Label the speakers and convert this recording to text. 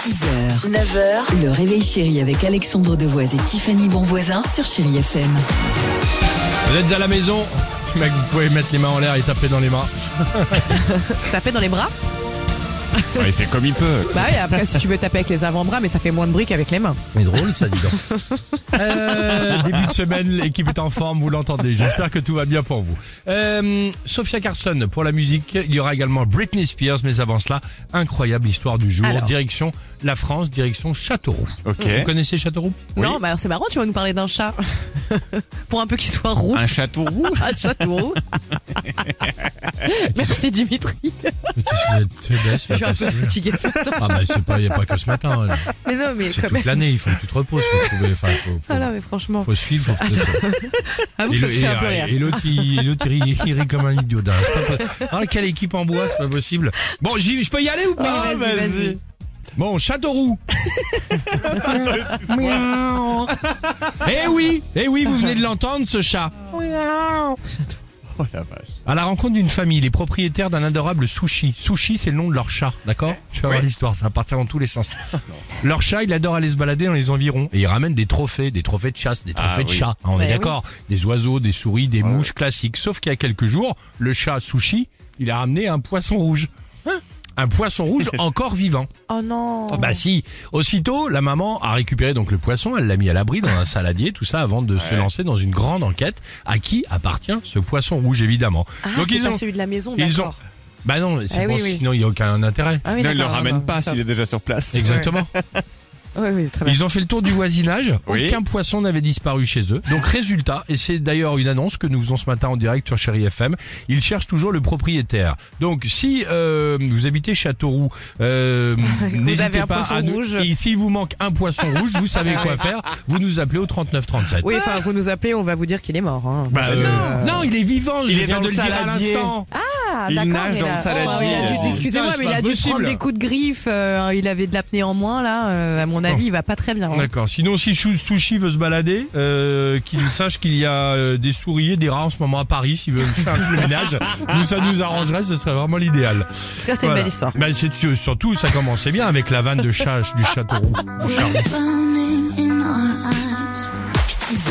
Speaker 1: 6h, 9h, le réveil chéri avec Alexandre Devoise et Tiffany Bonvoisin sur Chéri FM.
Speaker 2: Vous êtes à la maison, mec, vous pouvez mettre les mains en l'air et taper dans les mains.
Speaker 3: Taper dans les bras
Speaker 2: il fait comme il peut.
Speaker 3: Bah oui, après si tu veux taper avec les avant-bras, mais ça fait moins de briques avec les mains.
Speaker 2: C'est drôle ça, dis donc. Euh, début de semaine, l'équipe est en forme, vous l'entendez. J'espère que tout va bien pour vous. Euh, Sophia Carson pour la musique. Il y aura également Britney Spears, mais avant cela, incroyable histoire du jour.
Speaker 3: Alors.
Speaker 2: Direction la France, direction Châteauroux.
Speaker 4: Ok.
Speaker 2: Vous connaissez Châteauroux
Speaker 3: Non, bah c'est marrant, tu vas nous parler d'un chat. Pour un peu qu'il soit roux.
Speaker 2: Ah.
Speaker 4: Un château roux
Speaker 3: Un chat tout roux. Merci Dimitri. Je suis un peu fatiguée. ce matin.
Speaker 2: Ah bah c'est pas, il n'y a pas que ce matin. hein.
Speaker 3: Mais non, mais
Speaker 2: C'est
Speaker 3: quand
Speaker 2: toute
Speaker 3: même.
Speaker 2: l'année, il faut que tu te reposes. Faut, trouver, enfin, faut, faut-
Speaker 3: Ah non, mais franchement.
Speaker 2: faut suivre. faut que-
Speaker 3: Avoue que
Speaker 2: Et
Speaker 3: ça
Speaker 2: le-
Speaker 3: te fait
Speaker 2: et-
Speaker 3: un peu rire.
Speaker 2: Et l'autre, il, et l'autre, il rit, il rit comme un idiot. dingue. C'est pas possible. Ah, quelle équipe en bois, c'est pas possible. Bon, j'y- je peux y aller ou pas
Speaker 3: Oui, Ah, vas-y, vas-y.
Speaker 2: Bon, Châteauroux. eh oui, eh oui, vous venez de l'entendre, ce chat.
Speaker 4: Oh la vache.
Speaker 2: À la rencontre d'une famille, les propriétaires d'un adorable sushi. Sushi, c'est le nom de leur chat, d'accord Tu vas voir
Speaker 4: Ouais.
Speaker 2: l'histoire, ça va partir dans tous les sens. leur chat, il adore aller se balader dans les environs et il ramène des trophées, des trophées de chasse, des
Speaker 4: Ah
Speaker 2: trophées de
Speaker 4: oui.
Speaker 2: chat. hein, on
Speaker 3: Ouais,
Speaker 2: est
Speaker 3: oui.
Speaker 2: d'accord Des oiseaux, des souris, des mouches classiques. Sauf qu'il y a quelques jours, le chat sushi, il a ramené un poisson rouge.
Speaker 4: Hein
Speaker 2: un poisson rouge encore vivant.
Speaker 3: Oh non.
Speaker 2: Bah si, aussitôt la maman a récupéré donc le poisson, elle l'a mis à l'abri dans un saladier, tout ça avant de se
Speaker 4: Ouais.
Speaker 2: lancer dans une grande enquête. À qui appartient ce poisson rouge évidemment
Speaker 3: Ah,
Speaker 2: Donc
Speaker 3: c'est
Speaker 2: ils
Speaker 3: pas
Speaker 2: ont-
Speaker 3: celui de la maison,
Speaker 2: ils
Speaker 3: d'accord.
Speaker 2: Bah non, c'est
Speaker 3: Eh
Speaker 2: bon,
Speaker 3: oui, oui.
Speaker 2: sinon il n'y a aucun intérêt.
Speaker 3: Ah oui,
Speaker 4: Sinon, il le
Speaker 3: d'accord,
Speaker 4: ramène
Speaker 3: d'accord,
Speaker 4: pas
Speaker 3: ça
Speaker 4: s'il est déjà sur place.
Speaker 2: Exactement.
Speaker 3: va. Oui, oui, très bien.
Speaker 2: Ils ont fait le tour du voisinage.
Speaker 4: Oui.
Speaker 2: Aucun poisson n'avait disparu chez eux. Donc résultat, et c'est d'ailleurs une annonce que nous faisons ce matin en direct sur Chéri FM, ils cherchent toujours le propriétaire. Donc si euh, vous habitez Châteauroux, euh,
Speaker 3: avez
Speaker 2: n'hésitez
Speaker 3: un
Speaker 2: pas
Speaker 3: poisson
Speaker 2: à nous.
Speaker 3: rouge.
Speaker 2: Et s'il vous manque un poisson rouge, vous savez quoi faire. Vous nous appelez au 3937.
Speaker 3: Oui, enfin, vous nous appelez, on va vous dire qu'il est mort. hein.
Speaker 2: Bah,
Speaker 3: Parce
Speaker 2: euh,
Speaker 3: que-
Speaker 2: non, il est vivant.
Speaker 4: Il
Speaker 2: je
Speaker 4: est
Speaker 2: viens
Speaker 4: dans
Speaker 2: de
Speaker 4: le
Speaker 2: le dire à
Speaker 4: saladier.
Speaker 2: l'instant.
Speaker 3: Ah,
Speaker 4: Il
Speaker 3: d'accord,
Speaker 4: nage
Speaker 3: mais
Speaker 4: dans
Speaker 3: là-
Speaker 4: le saladier.
Speaker 3: Oh, il a dû-
Speaker 2: Oh, putain,
Speaker 3: Excusez-moi,
Speaker 2: c'est
Speaker 3: mais il
Speaker 2: pas
Speaker 3: a dû se
Speaker 2: possible.
Speaker 3: prendre des coups de griffe. euh, il avait de l'apnée en moins, là. euh, à mon avis, il va pas très bien. hein.
Speaker 2: D'accord. Sinon, si Chou- Sushi veut se balader, euh, qu'il sache qu'il y a euh, des souris et des rats en ce moment à Paris. S'il veut faire un peu le ménage, nous, ça nous arrangerait. Ce serait vraiment l'idéal.
Speaker 3: En tout cas, c'était
Speaker 2: Voilà.
Speaker 3: une belle histoire.
Speaker 2: Bah, c'est sur- surtout, ça commençait bien avec la vanne de chat du Châteauroux.
Speaker 1: 6h,